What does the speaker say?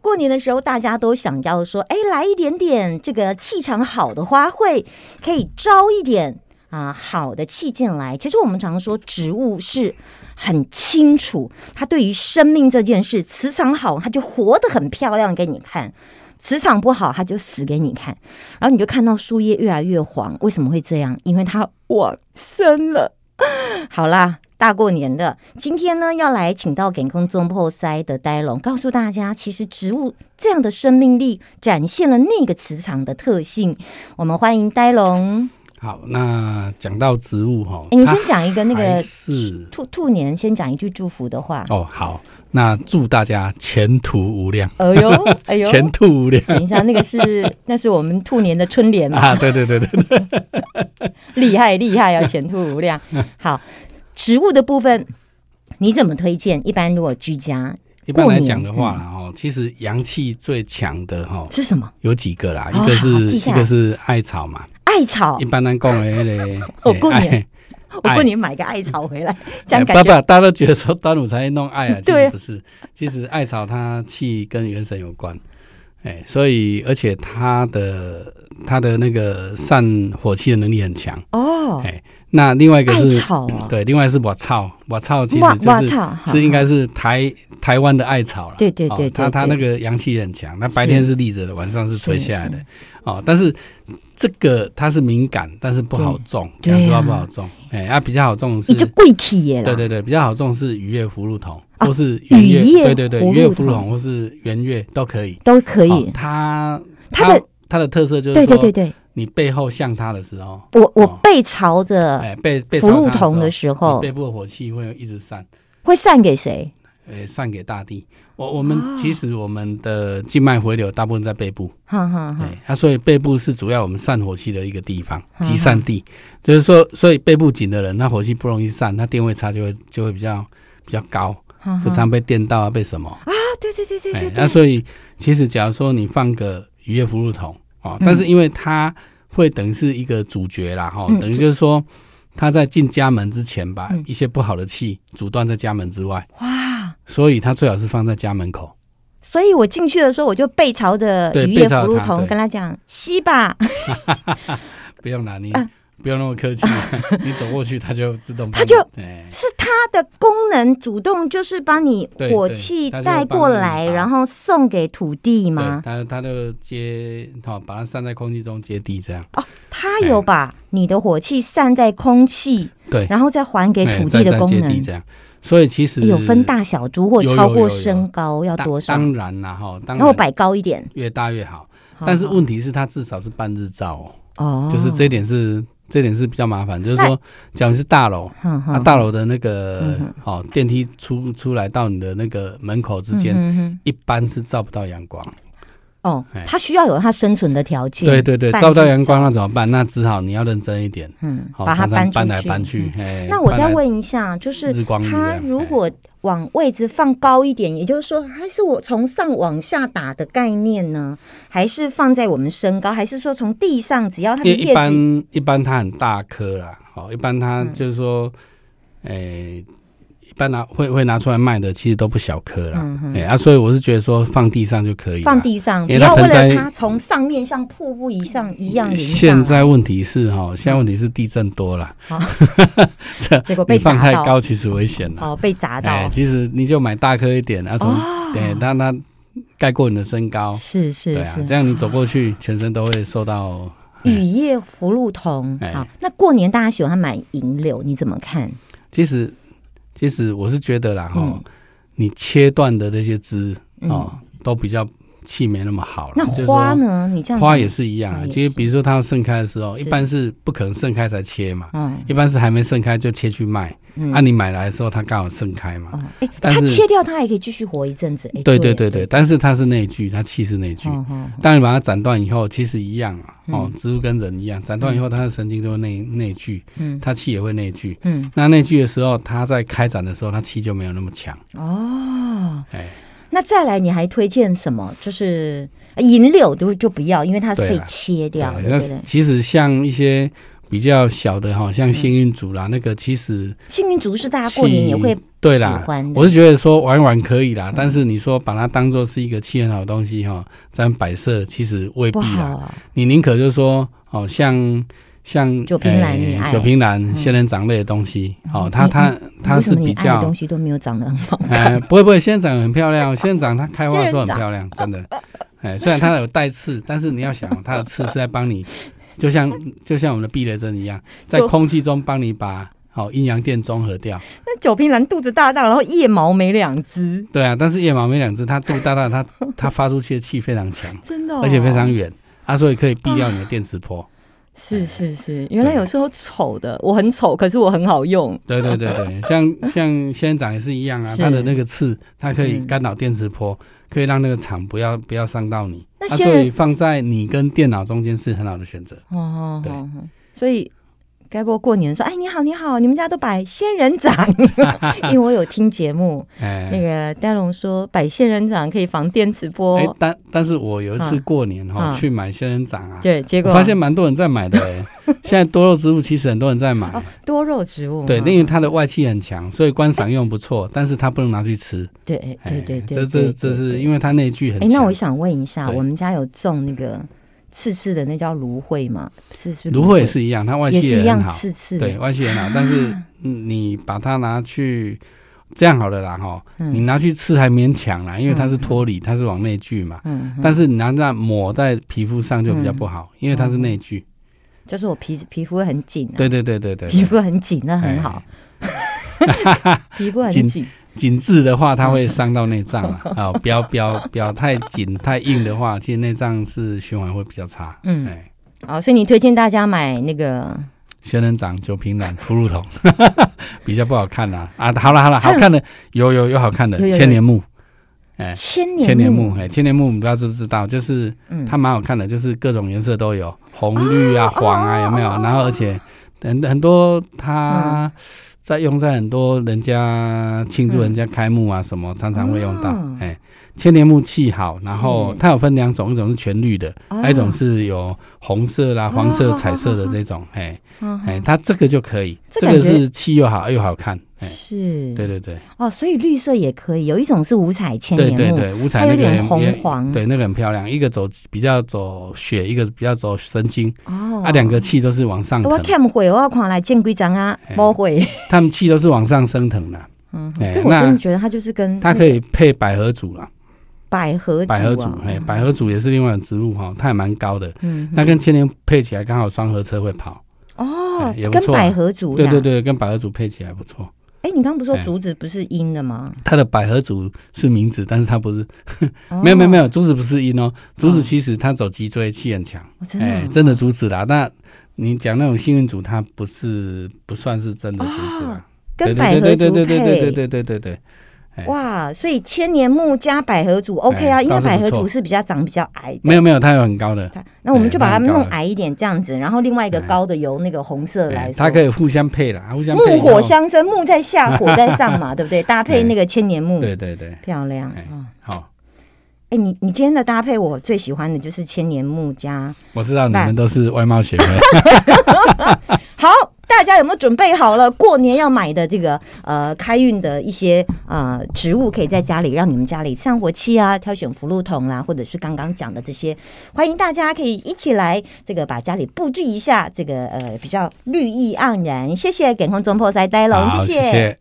过年的时候，大家都想要说，哎，来一点点这个气场好的花卉，可以招一点啊好的气进来。其实我们常说，植物是很清楚，它对于生命这件事，磁场好，它就活得很漂亮给你看。磁场不好，它就死给你看，然后你就看到树叶越来越黄，为什么会这样？因为它往生了。好啦，大过年的，今天呢要来请到给空中破塞的呆龙，告诉大家，其实植物这样的生命力展现了那个磁场的特性。我们欢迎呆 龙，哎好，那讲到植物哈，诶你先讲一个那它还个是兔兔年，先讲一句祝福的话。哦，好，那祝大家前途无量，哎 呦，哎呦，前途 无量等一下，那个是那是我们兔年的春联嘛？啊！对对对对对，厉害厉害啊，前途无量。好，植物的部分你怎么推荐？一般如果居家一般过来年讲的话啦，哦，其实阳气最强的哈是什么？有几个啦，哦一个好好记是下一来个是艾草嘛，艾草一，般人讲的那 个哦过年哎 我艾过年买个艾草回来，这哎样不感不，觉。大家都觉得说端午才弄 艾啊，其对实不是，其实艾草它气跟元神有关，哎，所以而且它的它的那个散火气的能力很强。哦哎，那另外一个艾是草啊，对，另外是瓦草，瓦草其哇实就哇是草，是应该是台台湾的艾草了。哦对对对对它它对那个阳气很强，那白天是立着的，晚上是垂下来的是。哦，但是这个它是敏感，但是不好种，对讲实对啊话不好种。哎，啊，比较好种的是你就贵体耶啦。对对对，比较好种是鱼叶葫芦桐，啊或是圆雨叶对对对，葫鱼叶芦葫芦桐桐或是圆月都可以。都可哦以。它它的它的特色就是对对对说，对，你背后向它的时候，我我哦背朝着哎，背背朝福禄它同的时时候，你候，背部的火气会一直散，会散给谁？呃，散给大地。我我们其实我们的静脉回流大部分在背部，哈哈哈，哎，那所以背部是主要我们散火气的一个地方，嗯集散地。就是说，所以背部紧的人，那火气不容易散，他电位差就会就会比较比较高，哈就哈常被电到啊，被什么。嗯啊对对对对对哎，对那，所以其实假如说你放个渔业服务桶哦，嗯但是因为它会等于是一个主角啦哈、嗯等于就是说它在进家门之前把嗯一些不好的气阻断在家门之外，哇！所以它最好是放在家门口。所以我进去的时候，我就背朝着对渔业背朝福着禄它同，对跟他讲吸吧。不用啦，你啊不用那么 客气， 你走过去它就自动帮它你，就哎 是它的功能主动就是把你对火对气它就带帮过你来，把然后送给土地对吗？它它就接好、把它散在空气中接地这样，它有把你的火气散在空气，对，然后再还给哎哎土地的再功再接地能。这样，所以其实有分大小株或有有超过有有身高要当多少？当然啦哈，当然后然摆高一点。越大越好。好 但是好问题是，它至少是半日照哦，哦，就是这一点是这一点是比较麻烦，就是那说，假如是大楼，哼那、哼大楼的那个嗯哦电梯出出来到你的那个门口之间，嗯哼一般是照不到阳光。哼哦哎，它需要有它生存的条件。对对对，半日照不到阳光那怎么办？那只好你要认真一点，嗯，好、把它常常搬搬出来去搬去。嗯哎那我再搬来问一下，就是日光浴它啊如哎果往位置放高一点，也就是说，还是我从上往下打的概念呢？还是放在我们身高？还是说从地上只要它的因为叶一子般一般它很大颗啦，好、一般它嗯就是说，诶、一般拿会会拿出来卖的，其实都不小颗啦，哎、嗯哼啊，所以我是觉得说放地上就可以啦放。地上，不因为要它为盆了栽它从上面像瀑布一样一样淋下嗯现来在问题是哈，现在问题是地震多了， 好这结哦果被你放砸太到高其实危险了。哦被砸哎到，，哦其实你就买大颗一点，啊，从对，让它盖过你的身高，是对是啊，这是。样你走过去，全身都会受到雨夜福禄同，哎哦好，那过年大家喜欢买银柳，你怎么看？其实，其实我是觉得啦，哈、嗯你切断的这些枝嗯哦，都比较气没那么好了。那就是花说？呢？你这样花讲也，是一样花啊，也就是是比如说它要盛开的时候，是一般是不可能盛开才切嘛，嗯一般是还没盛开就切去卖。嗯啊，你买来的时候它刚好盛开嘛。哦，哎，但它是切掉，它还可以继续活一阵子。哎，对对对对对，，但是它是内聚，它气是内聚。哦嗯哦当你把它斩断以后，其实一样啊，哦，植物跟人一样，斩断以后它的神经就会内内聚，嗯它气也会内聚。嗯，那内聚的时候，它在开展的时候，它气就没有那么强。哦，哎，那再来你还推荐什么？就是呃银柳都就不要，因为它是对被啊切掉的，那对不对？其实像一些比较小的哈，像幸运竹啦，那个其实幸运竹是嗯大家过年也会气对喜啦欢，的我是觉得说玩玩可以啦，但是你说把它当做是一个气很好的东西哈，这样摆设其实未必不啦。好，啊你宁可就是说，哦，像像哎酒瓶兰你爱嗯酒瓶兰、仙人掌类的东西，哦，它你它它为什是么你比爱的较东西都没有长得很好看？ 哎，不会不会，仙人掌很漂亮，哦仙人掌它开花的时候仙人很掌漂亮，真的。哎，虽然它有带刺，但是你要想哦，它的刺是在帮你，就像就像我们的避雷针一样，在就空气中帮你把好阴阳电中和掉。那酒瓶兰肚子大大，然后腋毛没两只，对啊，但是夜盲没两只，它肚大大，它它发出去的气非常强，真的哦、而且非常远，啊，所以可以避掉你的电磁波。是是是，原来有时候丑的，我很丑，可是我很好用，对对对对，像像仙人掌也是一样啊，是它的那个刺，它可以嗯干扰电磁波，可以让那个场不要不要伤到你。那啊，仙人所以放在你跟电脑中间是很好的 选择。哦哦，对哦哦所以。该不会过年说，哎，你好，你好，你们家都摆仙人 掌？因为我有听节目，那哎个呆龙说摆仙人掌可以防电磁波，哎，但但是我有一次啊过年哈啊去买仙人掌啊，对，结我果发现蛮多人在买 的欸。现在多肉植物其实很多人在买哦，嗯多肉植物嘛，对，因为它的外气很强，所以观赏用不错，但是它不能拿去吃。哎对对对对，这对这这是因为它那句很哎，强。那我想问一下，对我们家有种那个刺刺的，那叫芦荟吗？是是芦荟也是一样，它外也气是一很样好，刺刺的，对外气很啊好，但是嗯你把它拿去这样好了啦哈，嗯你拿去吃还勉强啦，因为它是脱离，它是往内聚嘛。嗯，但是是你拿那抹在皮肤上就比较不好，因为它是内聚。就是我皮皮肤会很紧啊，对对对对对，哎皮肤很紧，那很好， 皮肤很紧，紧致的话，它会伤到内脏了啊 哦。不要不要不要太紧太硬的话，其实内脏是循环会比较差。嗯，哎，好，所以你推荐大家买那个，仙人掌、酒瓶兰、葫芦头， 比较不好看啦。啊，好了好了，好看的有有有好看的有有有千年木，哎千年千年木，哎，千年木，你不知道知不知道？就是嗯，它蛮好看的，就是各种颜色都有，红、绿哦啊、黄啊，有没有？然后而且很很多它在用在很多人家庆祝嗯人家开幕啊什么，常常会用到哦。哎，千年木气好，然后是它有分两种，一种是全绿的，还有一种哦是有红色啦、黄色、彩色的这种，哎。嗯哎，它这个就可以，这这个感觉是气又好又好看，哎，是，对对对哦，所以绿色也可以，有一种是五彩千对年对木，对，五它彩有那个点也红也黄对那个很漂亮，一个走比较走血，一个比较走神经，哦，啊，两个气都是往上我腾，看会，我要看来见规章啊，哎不会。 它们气都是往上升腾的，嗯，哎这我那真的觉得它就是跟它可以配百合组啦，嗯百合百合族组啊，哎，百合组也是另外的植物哈，它也蛮高的，嗯，那跟千年配起来刚好双合车会跑，哦哎也，不跟错啊百合族对呀对。对，跟百合组配起来不错，哎，你刚不是说哎竹子不是阴的吗？它的百合组是名字，但是它不是，哦没有没有没，有，竹子不是阴哦，竹哦子其实它走脊椎气很强。哦真的哎啊，真的竹子啦。那你讲那种幸运竹，它不是不算是真的竹子啦。哦跟哎对百合对对族对对对对配。对对对对哎哇，所以千年木加百合族 OK 啊，哎因为倒是百不合错族是比较长比较矮的，没有没有，它有很高的，它。那我们就把它哎蛮高弄的矮一点，这样子，然后另外一个哎高的由那个红色来哎说，它可以互相配啦，互相配以木火后。相生，木在下，火在上 嘛，对不对？搭配那个千年木，对对对，漂亮哎啊！好，哎，你你今天的搭配，我最喜欢的就是千年木加我知道你那们都是外貌 协会，好，大家有没有准备好了过年要买的这个呃开运的一些呃植物，可以在家里让你们家里散火气啊，挑选福禄桶啦、或者是刚刚讲的这些，欢迎大家可以一起来这个把家里布置一下，这个呃比较绿意盎然。谢谢给空中破塞呆龙，好，谢谢谢。